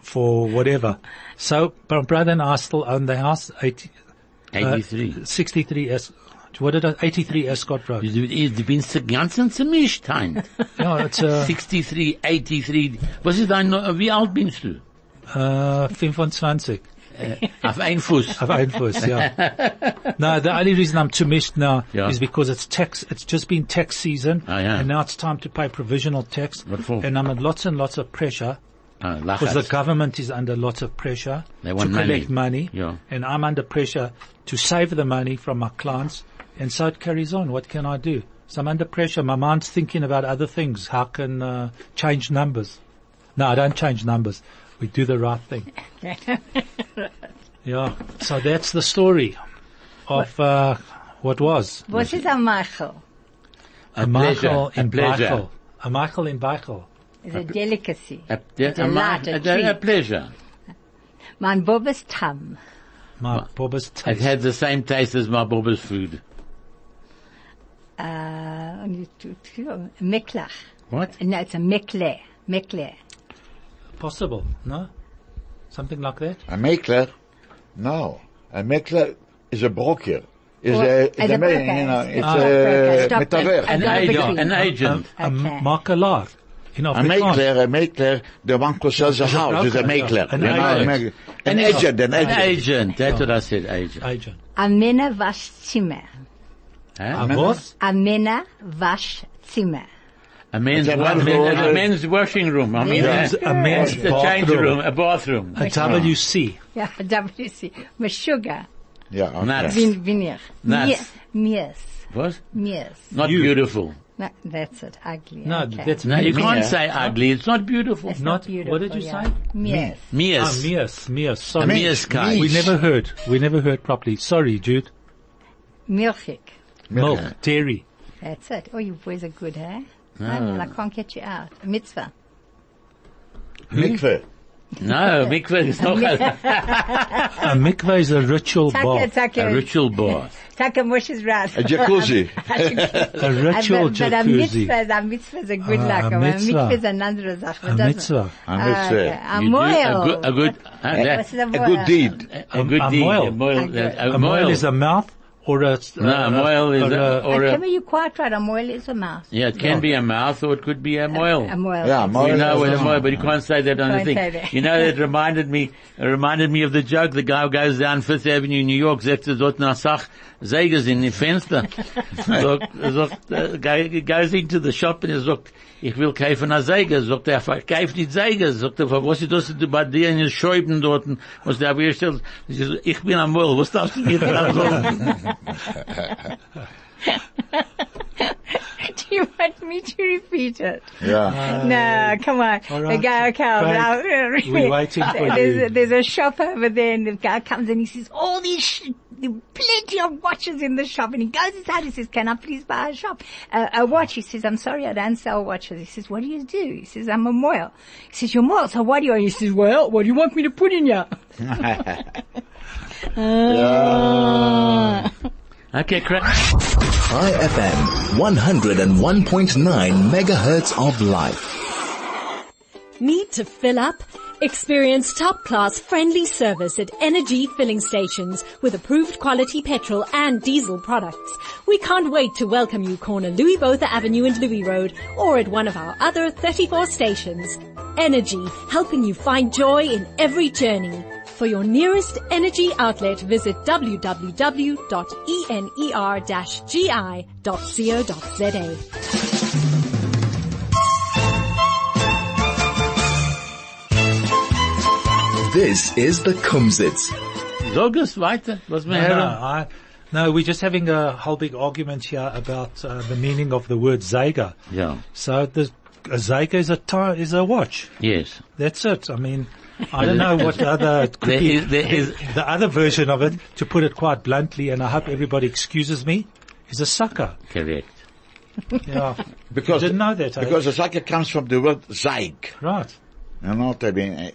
for whatever. So my brother and I still own the house. 80, uh,
83.
63 S. What did I? 83 Escott Road.
Du, du, du bist den ganzen zermischt, hein?
No, it's uh,
63, 83. Was ist dein, Neu- wie alt bist du?
uh, 25.
Auf ein Fuß.
I've owned first, yeah. no, the only reason I'm too mished now
Yeah.
is because it's tax, it's just been tax season.
Ah, yeah.
And now it's time to pay provisional tax.
What for?
And I'm at lots and lots of pressure
Ah,
because the
Lachas.
government is under lots of pressure
They want
to
money.
collect money.
Yeah.
And I'm under pressure to save the money from my clients. And so it carries on. What can I do? So I'm under pressure. My mind's thinking about other things. How can, uh, change numbers? No, I don't change numbers. We do the right thing. yeah. So that's the story of, uh, what was
Was ist ein Machel?
a Michael in Beichel. A Michael in Beichel.
It's a delicacy.
A, de-
It's a
a, ma-
lot, a
a, de- a
treat.
Äh, pleasure.
Mein Bobes Tam.
My Bobba's taste.
It had the same taste as my Bob's food.
Uh, und ich- ich- Mecklach.
What?
No, it's a Meckle. Meckle.
Possible, no? Something like that?
A makler? No. A makler is a broker. Is
Or-
a,
as a
the
broker,
man, you know,
yes.
it's
Ah.
a,
Stop it.
metaver.
And
An
Another
agent.
between.
An agent.
Um, A
Okay.
makelaar. In
A
Afrikaans.
makler, a makler, the one who sells a house is a
broker,
makler.
yeah. An
you know, a
agent.
makler. An agent, an
An
agent.
agent. That's what I said, agent.
Agent.
Ein Männer Waschzimmer.
Huh?
A boss?
Ein Männer Waschzimmer.
A men's,
Is that
wa-
one
men-
who-
a men's washing room. I mean,
Yeah.
uh,
A man's
it's a change room,
bathroom. Uh,
a bathroom.
A WC.
Ja, WC. Mit Sugar.
Yeah, okay.
Nuts.
Bin, bin ich.
Nice.
Mies.
What?
Mies.
Not
You.
beautiful.
No, that's it. Ugly.
No,
okay.
that's
No, you
Mies.
can't say ugly. It's not beautiful.
It's not,
not-
beautiful.
what did you
yeah.
say?
Mies.
Ah,
Mias.
Mies, Mies, sorry.
Me-
Mies, Kai.
We
Mies.
never heard. We never heard properly. Sorry, Jude.
Milchig.
Milk, dairy.
That's it. Oh, you boys are good, eh? Well, I can't get you out. A mitzvah.
Hmm?
Mikveh.
No, mikveh is not a,
A mikveh is a ritual
Taka,
bath.
taka.
a ritual bath.
Taka, Moshe is right.
A jacuzzi.
A ritual
but, but a
jacuzzi.
mitzvah, a mitzvah is a good
Ah,
luck.
a
A mitzvah
mitzvah.
is an andere Sache.
A mitzvah.
A mitzvah.
Ah, A
You do
moel.
A good, a good, uh,
What's
that,
the
A good
moel?
deed.
a good
a
deed.
moil.
A moil, a,
A moil is a mouth or a...
no, a moil is a,
Oh,
But
or a,
can we- you quite right. A moel is a mouse.
yeah, it can be a mouth or it could be a moil.
A moel.
Yeah, moel.
You know,
is
with a
a-
moil, but you can't say that on the
Can't say
thing.
that.
You know, it reminded me, it reminded me of the joke. The guy who goes down Fifth Avenue, New York, sagt er dort nach Sach, Zegers in die Fenster. Sagt, sagt, äh, guy goes into the shop and er sagt, ich will kaufen a Zeiger. Sagt er, verkauf nicht Zeiger. Sagt er, was ist das du bei dir in den Schäuben dort? Was der herstellt? Ich bin am Moll, was darfst du mir dran sagen?
Do you want me to repeat it?
Uh,
Yeah.
no, come on.
all
The
right.
guy comes.
Great.
Now,
We're waiting for
there's,
you.
A, there's a shop over there, and the guy comes and he sees all these sh- plenty of watches in the shop, and he goes inside. He says, "Can I please buy a shop uh, a watch?" He says, "I'm sorry, I don't sell watches." He says, "What do you do?" He says, "I'm a moil." He says, "You're moil, so what do you?" He says, "Well, what do you want me to put in Ah. here?"
Okay, correct.
IFM 101.9 megahertz of life.
Need to fill up? Experience top class friendly service at Energy Filling Stations with approved quality petrol and diesel products. We can't wait to welcome you corner Louis Botha Avenue and Louis Road or at one of our other 34 stations. Energy, helping you find joy in every journey. For your nearest energy outlet, visit E www.ener-gi.co.za.
This is the Kumsitz.
Sag es weiter, was wir
No, no,
hören.
I, no, we're just having a whole big argument here about uh, the meaning of the word zeiger.
Yeah.
So the a zeiger is a time, is a watch.
Yes.
That's it. I mean, I don't know what other it could
There
be.
is- there is-
the other version of it, to put it quite bluntly, and I hope everybody excuses me, is a sucker.
Correct.
Yeah,
Because,
didn't know that, eh?
because the sucker comes from the word zeig.
right.
You know what I mean? A-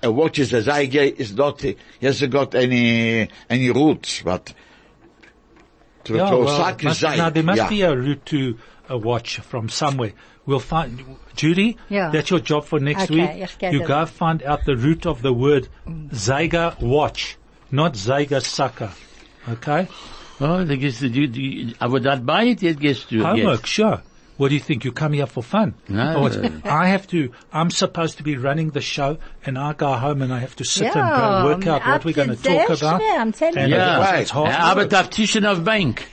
A watch is a zeige, is not, he hasn't got any, any roots, but to it. Or
well,
Saki
must-
Zay.
now there must
Yeah.
be a route to a watch from somewhere. We'll find Judy.
Yeah.
that's your job for next
Okay,
week.
ich get
You
it.
go find out the root of the word Zeiger watch, not Zeiger sucker. Okay,
Oh, da gehst du, du- du- aber das beides jetzt gehst du
homework.
jetzt.
Sure. What do you think? You come here for fun?
No.
Or it's- I have to. I'm supposed to be running the show, and I go home and I have to sit
Yeah,
and go work out what we're going to
it's very
talk about.
um schwer, I'm telling
And
you.
Ja,
it's hard
er
work.
arbeitet auf Tisch und auf Bank.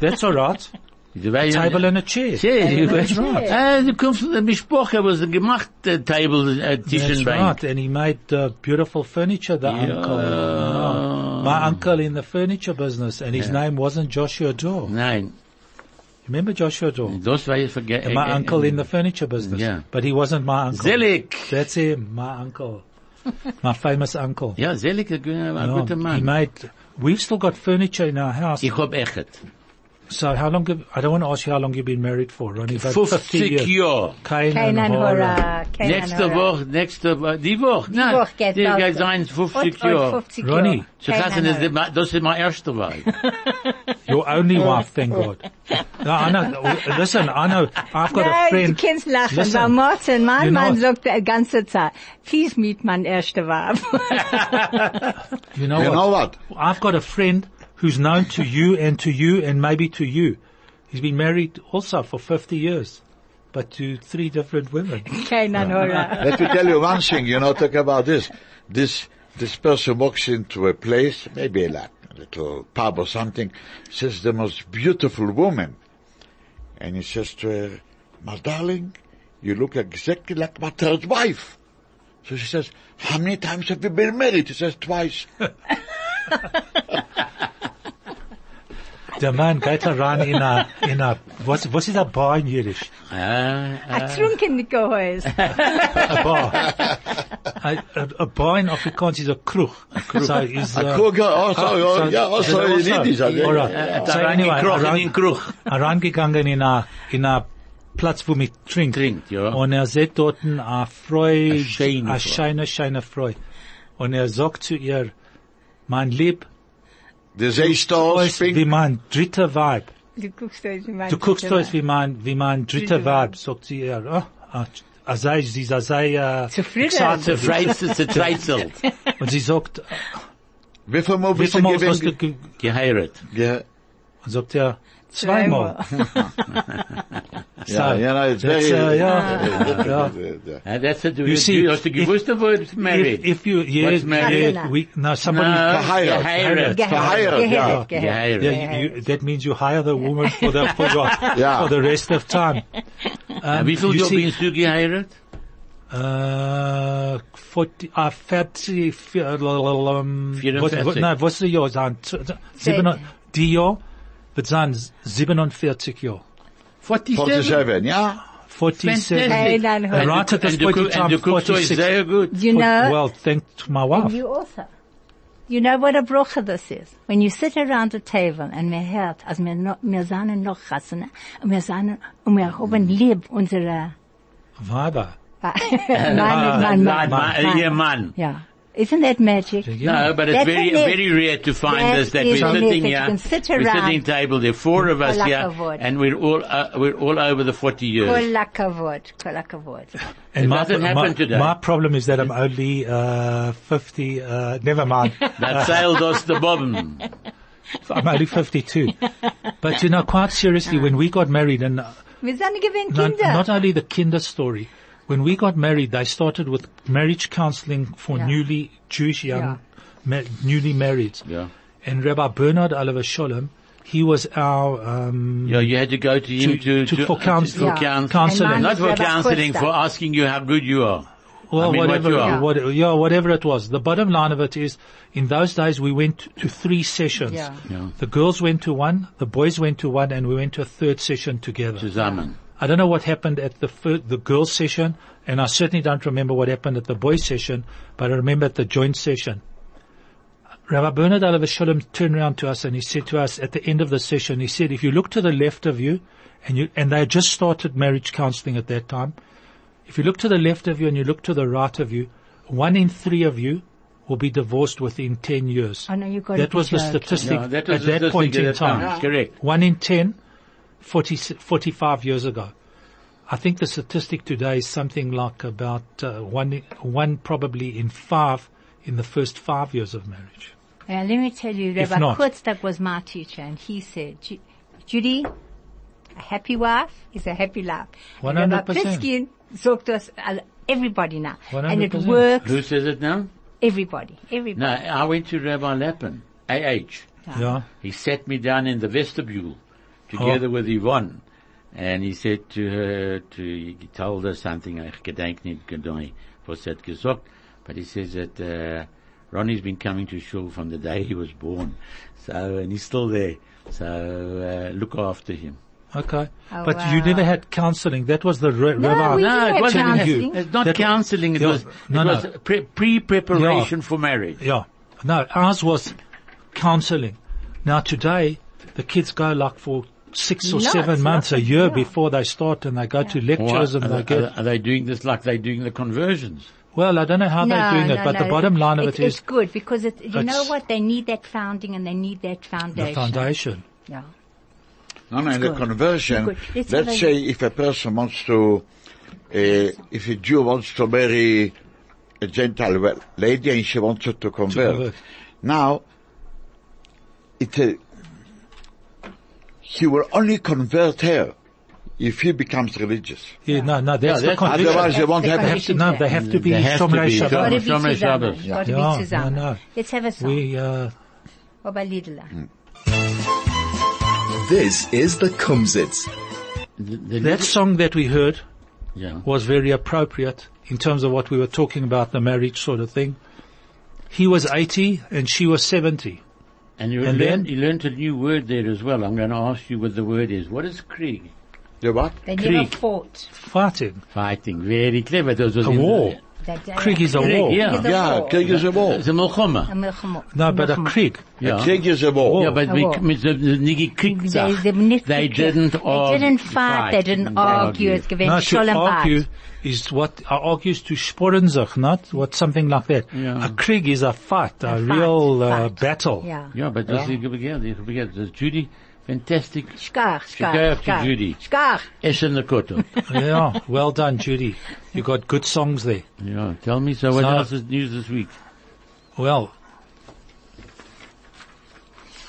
That's all right.
Du weißt-
Table and a chair.
Tja, du
That's
weißt-
right.
Ah, du kommst von der Besproche, was du gemacht, äh, Table, äh, Tisch
That's
und Bank.
right, and he made uh, beautiful furniture. The uncle, Yeah. my uncle in the furniture business, and his name wasn't Joshua Dore.
Nein,
Remember Joshua Dore?
das war jetzt vergessen.
My uncle in the furniture business,
Yeah.
but he wasn't my uncle.
Selig.
That's him, my uncle, my famous uncle.
Ja, Selig ist ein
No,
guter
He
Mann.
made. We've still got furniture in our house.
Ich hab echt.
So how long? Have, I don't want to ask you how long you've been married for, Ronnie. But
50 Jahre.
Kain and
Keinen
Hora.
Horror. keinen
Nächste
Horror.
Woche, nächste Woche, die Woche, nein,
Die Woche geht
die
weiter.
geht sein
Und-
50
und
Jahre.
50
Ronny.
Jahre.
So
Keinen
Kassen ist,
Horror.
die- das ist meine erste Wahl.
Your only wife, thank God. No, I know. Listen, I know. I've got a
Nein, die
friend.
Kinder lachen,
Listen,
weil Martin, mein
you know-
Mann sagt die ganze Zeit, fies mit mein erster Wab.
You know
You
what?
know what?
I've got a friend who's known to you and to you and maybe to you. He's been married also for 50 years, but to three different women.
Keinen Horror.
Let me tell you one thing, you know, talk about this. This, this person walks into a place, maybe like a little pub or something, says the most beautiful woman. And he says to her, my darling, you look exactly like my third wife. So she says, how many times have you been married? He says, twice.
Uh, The man geht around in a, in a, was, was is a bar in Yiddish?
Ah, ah.
Ein trunken Gehäuse.
A bar. A, a, a bar in Afrikaans is a kroeg. So is, uh,
A kroeg, oh, sorry, oh, yeah, also in Yiddish, I think.
All right.
Da
So
rein in
anyway,
Krug,
around-
in den Krug.
herangegangen in a, in a Platz, wo mich trinkt.
Trinkt, ja.
Und er sieht dort a Freu,
A schöne Frau.
a scheine, scheine Freu. Und er sagt zu ihr, mein Lieb,
The
Oh,
Zeistor
ist wie
speak.
mein dritter Weib.
Du guckst euch mein
Du guckst
Zimmer.
euch wie mein, wie mein dritter
Dritter
Weib,
Weib.
sagt sie ihr, oh, ah, ah, sei, sie sei, sei, äh,
Zufrieden.
excited.
Zerfreizelt, zerfreizelt.
Und sie sagt,
Wie viel Mal
wie
bist
viel
du
Mal hast du,
gewesen?
ge-
Geheiratet.
Yeah,
und sagt er, zweimal.
yeah,
So,
you know, it's
that's,
very...
uh, yeah, yeah.
yeah.
Ah, that's it. Du,
You see,
du hast du gewusst, wo du bist married.
If, if you, yeah,
What's married?
yeah, we, no, somebody,
Na, geheiratet.
Verheiratet. Verheiratet, ja.
Geheiratet,
Geheiratet.
geheiratet.
Yeah, you, you, that means you hire the woman for the for, your,
Yeah.
for the rest of time. Um,
Wie viel
you
Jahre
see,
bist du geheiratet?
uh, 40, uh, 40, vier- um,
44.
was, nein, was die Jahr sein? Z- z- sieben- Die Jahr wird sein 47 Jahr.
47.
47, yeah.
47.
Hey, nein, hör.
Right at this point in time,
Und du guckst euch
46.
sehr gut.
You know,
Well, thank to my wife.
you also. You know what a brocha this is? When you sit around the table and wir hört, als wir, no, wir sind noch Chassene, und wir sind, und um, wir haben lieb unsere,
Weiber.
Mann,
Ah,
Nein,
Mann, Mann,
Mann, ihr Mann.
Yeah. Isn't that magic?
No, but it's
That's
very,
amazing.
very rare to find
That
us that
is
we're
amazing.
sitting
You
here,
can sit
we're
around.
sitting table, there are four of us
Kolak
here,
avoid.
and we're all, uh, we're all over the 40 years.
Kol hakavod, kol hakavod.
And my,
doesn't happen
my,
today.
my problem is that I'm only uh, 50. Uh, never mind.
That sailed us the bottom.
I'm only 52. But you know, quite seriously, when we got married, and uh,
Wir sind gewinn
not,
Kinder.
not only the kinder story, when we got married, they started with marriage counseling for
Yeah.
newly Jewish young,
Yeah.
ma- newly married.
Yeah.
And Rabbi Bernard Oliver Sholem, he was our um,
Yeah, you had to go to him to,
To- to- for counsel.
for
Yeah.
counsel.
Counselor.
And mine
Not
is
for
Rabbi
counseling,
Costa.
for asking you how good you are.
well,
I mean, what
whatever,
you are.
what- yeah, whatever it was. The bottom line of it is, in those days, we went to three sessions.
Yeah.
Yeah.
The girls went to one, the boys went to one, and we went to a third session together.
Zusammen.
I don't know what happened at the fir- the girls session, and I certainly don't remember what happened at the boys session, but I remember at the joint session. Rabbi Bernard Oliver Sholem turned around to us and he said to us at the end of the session, he said, if you look to the left of you, and you, and they had just started marriage counseling at that time, if you look to the left of you and you look to the right of you, one in three of you will be divorced within 10 years.
Oh, no, you got
that
to
was the
joke.
statistic
No, that was
at
the
that
statistic
point
at
in
that
time.
time. Correct.
One in 10, 40, 45 years ago. I think the statistic today is something like about uh, one, one probably in five in the first five years of marriage.
Yeah, let me tell you,
If
Rabbi
not-
Kurztag was my teacher, and he said, "Ju- Judy, a happy wife is a happy life. And Rabbi
100%.
Priskin talked to us, uh, everybody now. And it
100%.
works,
Who says it now?
everybody, everybody.
No, I went to Rabbi Lappin, AH.
Yeah.
He sat me down in the vestibule together
Oh.
with Yvonne. And he said to her, to, he told her something, I gedenk nicht genau, was er hat gesagt. But he says that, uh, Ronnie's been coming to shul from the day he was born. So, and he's still there. So, uh, look after him.
Okay.
Oh,
but you
wow.
never had counseling. That was the re- rabbi.
we-
No,
didn't
it
have
wasn't,
counseling.
it's not
That-
counseling, it
Yeah.
was,
No,
it
no.
was pre- pre-preparation for marriage.
Yeah. No, ours was counseling. Now today, the kids go like for six or
No, it's
seven months, a
nothing,
year
yeah.
before they start and they go to lectures
Or
and
are,
they
they,
get,
are, are they doing this like they're doing the conversions?
well, I don't know how they're doing it, but the bottom line of
it's,
it is
it's good because it, you know
it's-
what they need that founding and they need that foundation.
the foundation.
Yeah.
No, no, in the
good.
conversion,
Good. It's
let's
very-
say if a person wants to, uh, if a Jew wants to marry a Gentile we- lady and she wants her to convert.
convert.
Now, it, uh, he will only convert her if he becomes religious.
Yeah, no, no, that's
Yeah,
the
that's-
condition.
Otherwise, they won't
They have
That's the
have
to,
condition.
no, they have to be
They have to
Shomrei
be
Gotta
Shabbat.
be
Shamar
zusammen.
Shabbos.
Gotta be
Yeah. Yeah,
zusammen.
no, no.
Let's have a song.
We, uh,
Baba Lidla.
Mm.
This is the Kumsitz.
The- the-
that song that we heard
yeah.
was very appropriate in terms of what we were talking about, the marriage sort of thing. He was 80 and she was 70.
And you
And
learned,
then-
you learned a new word there as well. I'm going to ask you what the word is. What is Krieg?
The what?
They never
Krieg.
fought.
Fighting.
Fighting. Very clever. Those was
A
in the-
war.
That they-
Krieg is a
Krieg,
war.
yeah.
The
yeah,
war.
Krieg is a war.
It's a
A
Milchoma.
milchama-
No, but a
milchama.
krieg.
Yeah.
Krieg is a war.
Yeah, but
A
we,
war.
mit so- so Niggi Kriegsache.
They, they,
They didn't argue.
They didn't fight. They didn't argue. It's given
No, to
Schollenbad.
argue is what I argue is to sporren sich, not what something like that.
Yeah.
A krieg is a fight, a,
A fight,
real uh,
fight.
battle.
Yeah.
Yeah, but das ist begehrt. Ich begehrt. Das Judy, fantastic.
Schkach,
Schkach
schkach,
to Judy.
Schkach.
Essen the koto.
Yeah. Well done, Judy. You got good songs there.
Yeah. Tell me, so what
So-
else is news this week?
Well,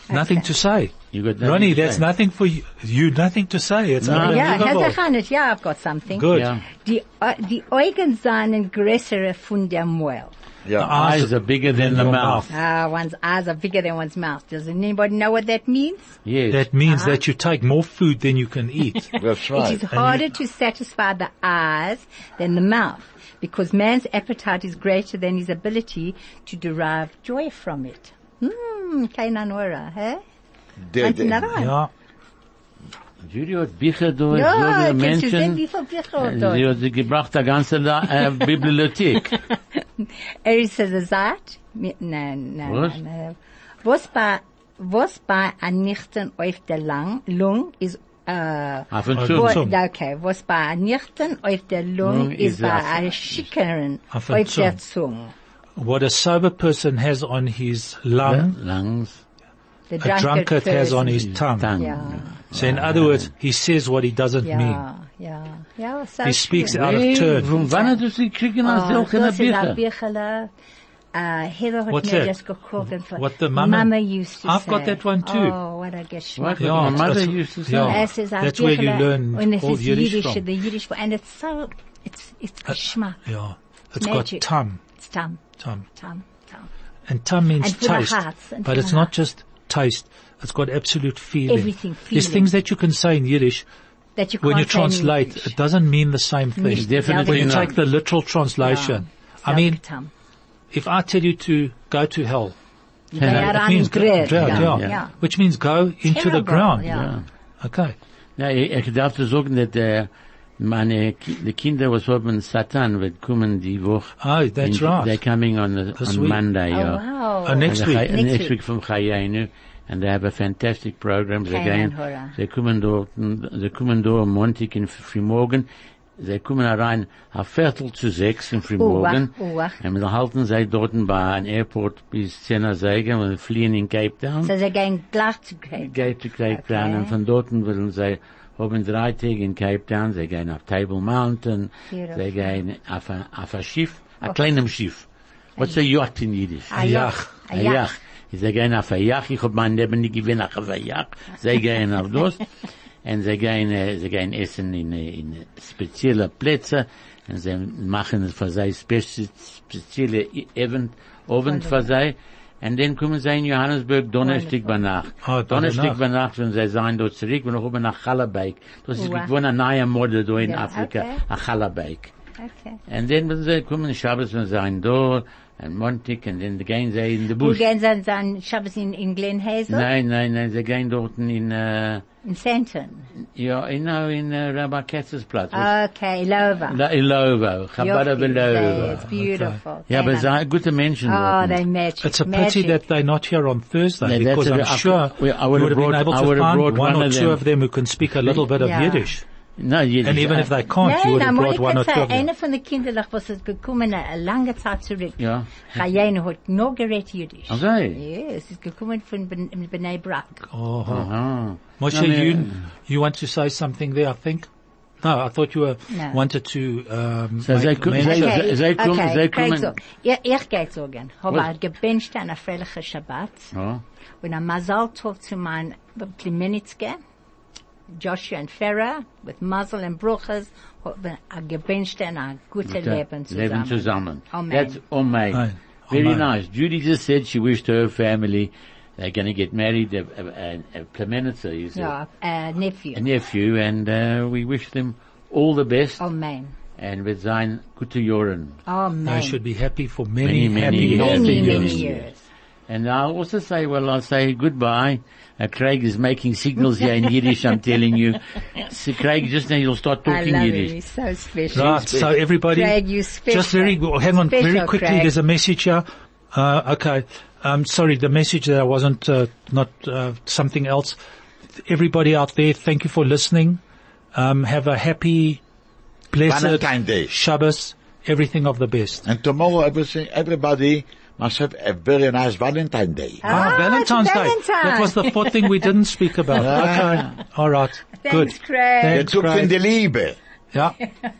nothing to say.
You got nothing
Ronnie,
to
that's
say.
nothing for you. You nothing to say. It's
No.
Yeah,
unbelievable.
Hezekhanis, yeah, I've got something. uh,
Good.
Yeah.
Die, Au- die Augen seien größere von der Muel.
Yeah.
Eyes are bigger than the
Your
mouth.
Ah, one's eyes are bigger than one's mouth. Does anybody know what that means?
Yes.
That means that you take more food than you can eat.
That's
It
right.
is harder to satisfy the eyes than the mouth because man's appetite is greater than his ability to derive joy from it. Hmm, Kainanora, eh?
They-
And
they-
another one.
yeah.
Judy hat Bücher durch,
Ja,
so die
kennst du
Menschen.
sehen, wie viel Bücher
Äh,
dort?
Sie hat sie gebracht, die ganze La- äh, Bibliothek.
Er ist eine Zeit, nein, nein,
Was?
nein, nein. Was bei, was bei einem Nichten auf der Lang, Lung ist, äh,
Auf und
Auf
zu.
und
wo-
zu.
okay, was bei einem Nichten auf der Lung
Lung
ist
ist
bei
das-
einem Schickeren
Auf
auf,
und zu.
der Zunge.
What a sober person has on his lung,
Langs,
The
a drunkard has on
person.
his tongue.
Tang.
Yeah.
So in other words, he says what he doesn't mean.
Ja, ja, ja, so
He speaks
true.
out of
Hey,
turn.
Von wann hat es gekriegt als
Oh,
solche
das ist
Bücher?
ein Bücherle. Uh, Heather hat
What's
mir
that?
das gekocht und von-
What the mama-
Mama used to
I've
say.
got that one too.
Oh, what a Eh,
What
geschmack.
would my mother used to say?
yeah.
Es ist ein
That's where you
Bücherle und
learn
es
all
ist
Yiddish
Jiddisch,
from. Eh,
the Yiddish, and it's so, it's, it's Geschmack.
Yeah. It's
Magic.
got tum,
It's Tam,
tum.
Tam, Tam.
And tum means
And full of
taste.
hearts, and
But
full
it's
of
not
hearts.
just taste. It's got absolute feeling.
Everything,
These
feeling.
things that you can say in Yiddish,
That you
when you
can't say in
translate,
English.
it doesn't mean the same thing.
It's definitely
when you
not.
take the literal translation. I mean,
Tam.
if I tell you to go to hell,
They are
it
on
means go,
grill.
drought,
Yeah,
yeah.
yeah.
which means go into the
Terrible,
ground.
yeah.
Okay.
Na, ich, ich darf dir sagen, dass äh, meine Ki- die Kinder, was haben Satan, wird kommen die Woche.
Oh, that's
In-
right.
They're coming on, the,
This
on
week.
Monday.
Oh,
yeah.
wow.
Uh, next
And the
week.
Chai-
Next
next
week.
week from Chayenu, and they have a fantastic program. They
Kein
gehen-
Horror.
they kommen dort, they kommen dort am Montag in Frühmorgen, Sie kommen herein, ein Viertel zu sechs in Frühmorgen.
Uah, uah.
Und wir halten sie dort bei einem Airport bis 10 Uhr Seigen und fliehen in Cape Town.
So sie gehen gleich zu Cape.
Gate to Cape
Okay.
Town und von dort wollen sie haben drei Tage in Cape Town, sie gehen auf Table Mountain,
Beautiful.
sie gehen auf ein, auf ein Schiff, ein kleinem Schiff. What's a yacht in Yiddish?
Ein Yacht.
Ein
Ein Yacht.
Yacht. Sie gehen auf ein Yacht, ich hab mein Leben nicht gewinnt auf ein Yacht, sie gehen auf das, und sie gehen, äh, sie gehen essen in, äh, in spezielle Plätze, und sie machen für sie spezi- spezielle I- Event, Abend für sie, und dann kommen sie in Johannesburg Donnerstag bei Nacht.
Ah, bei
Donnerstag
Nacht.
bei Nacht, wenn sie sein dort zurück, und noch oben nach Chalabaik. Das ist
Wow.
gewohnt ein neuer Morde da in
Ja,
Afrika,
okay.
a Chalabaik.
Okay.
Und dann müssen sie kommen, Schabes, wenn sie sein da, und Montag, und dann gehen sie in den
Wo
Busch.
gehen sie dann? Ich habe sie in, in Glen Hazel,
Nein, nein, nein, sie gehen dort in, äh,
in Santon.
ja, in, in äh, Rabbi Katz's Platz.
Ah. Okay, Lova.
Da in Lovo, Chabada
Yochi, yeah,
Belova.
It's beautiful.
Ja, aber
They
sie
are-
haben gute Menschen
Oh,
dort.
they match.
It's a pity that they're not here on Thursday
Yeah, that's
because
a-
I'm
I-
sure
we-
we,
I would have
would have been
brought-
able
I would
to
have
find
brought
one,
one
or
of
two
them.
of them who can speak a little bit of
Yeah.
Yiddish.
No, Yiddish.
And even if they can't, you
Nein,
would
na,
have
mal
brought
ich
one or two
erzähl,
of them.
einer von den Kinderlach, was es bekommen hat, eine lange Zeit zurück.
Ja.
Chayeno hat nur gerät Jüdisch.
Ach so.
Ja, es ist gekommen von Ben- Bnei Brak.
Oh,
Ah.
Moshe,
I mean,
you you want to say something there? I think. No, I thought you were
No.
wanted to. Um,
So they could-
mention-
they-
Okay,
sie kommen- sie
okay,
kommen-
geht so. Ich, ich geht so gern. Habe
Was?
ein gewünscht an eine freiliche Shabbat
Ja.
und ein Mazal Tov zu meinem Plimenitzke, Joshua and Farah, mit Mazal und Bruches, habe ein gewünscht an ein gutes Leben zusammen.
Leben zusammen.
Amen.
That's Amen.
Amen.
Very
Amen.
nice. Judy just said she wished her family they're going to get married. uh, A, a, a, a Plemenitzer is a-
Ja, äh,
a
Nephew.
nephew, and uh, we wish them all the best.
Amen.
And with sein gute Joren.
Amen.
I should be happy for
Many,
many,
many
happy,
years.
healthy
many, many
years.
years.
And I'll also say, well, I'll say goodbye. Uh, Craig is making signals here in Yiddish, I'm telling you. So Craig, just now you'll start
I
talking
love
Yiddish.
him. He's so special.
Right, so everybody,
Craig, you
just very,
special.
hang on, very
Special,
quickly,
Craig.
there's a message here. Uh, okay, um, sorry, the message that I wasn't, uh, not, uh, something else. Everybody out there, thank you for listening. Um, have a happy, blessed
Valentine's Day. Ah,
Shabbos, everything of the best.
And tomorrow, everything, everybody must have a very nice Valentine's Day.
Ah, Valentine's
it's
Day. That
Valentine.
was the fourth thing we didn't speak
Ah.
about. Okay. All right.
Thanks,
Good.
Craig.
Der
Thanks,
Tupfen
Craig.
der Liebe.
Yeah.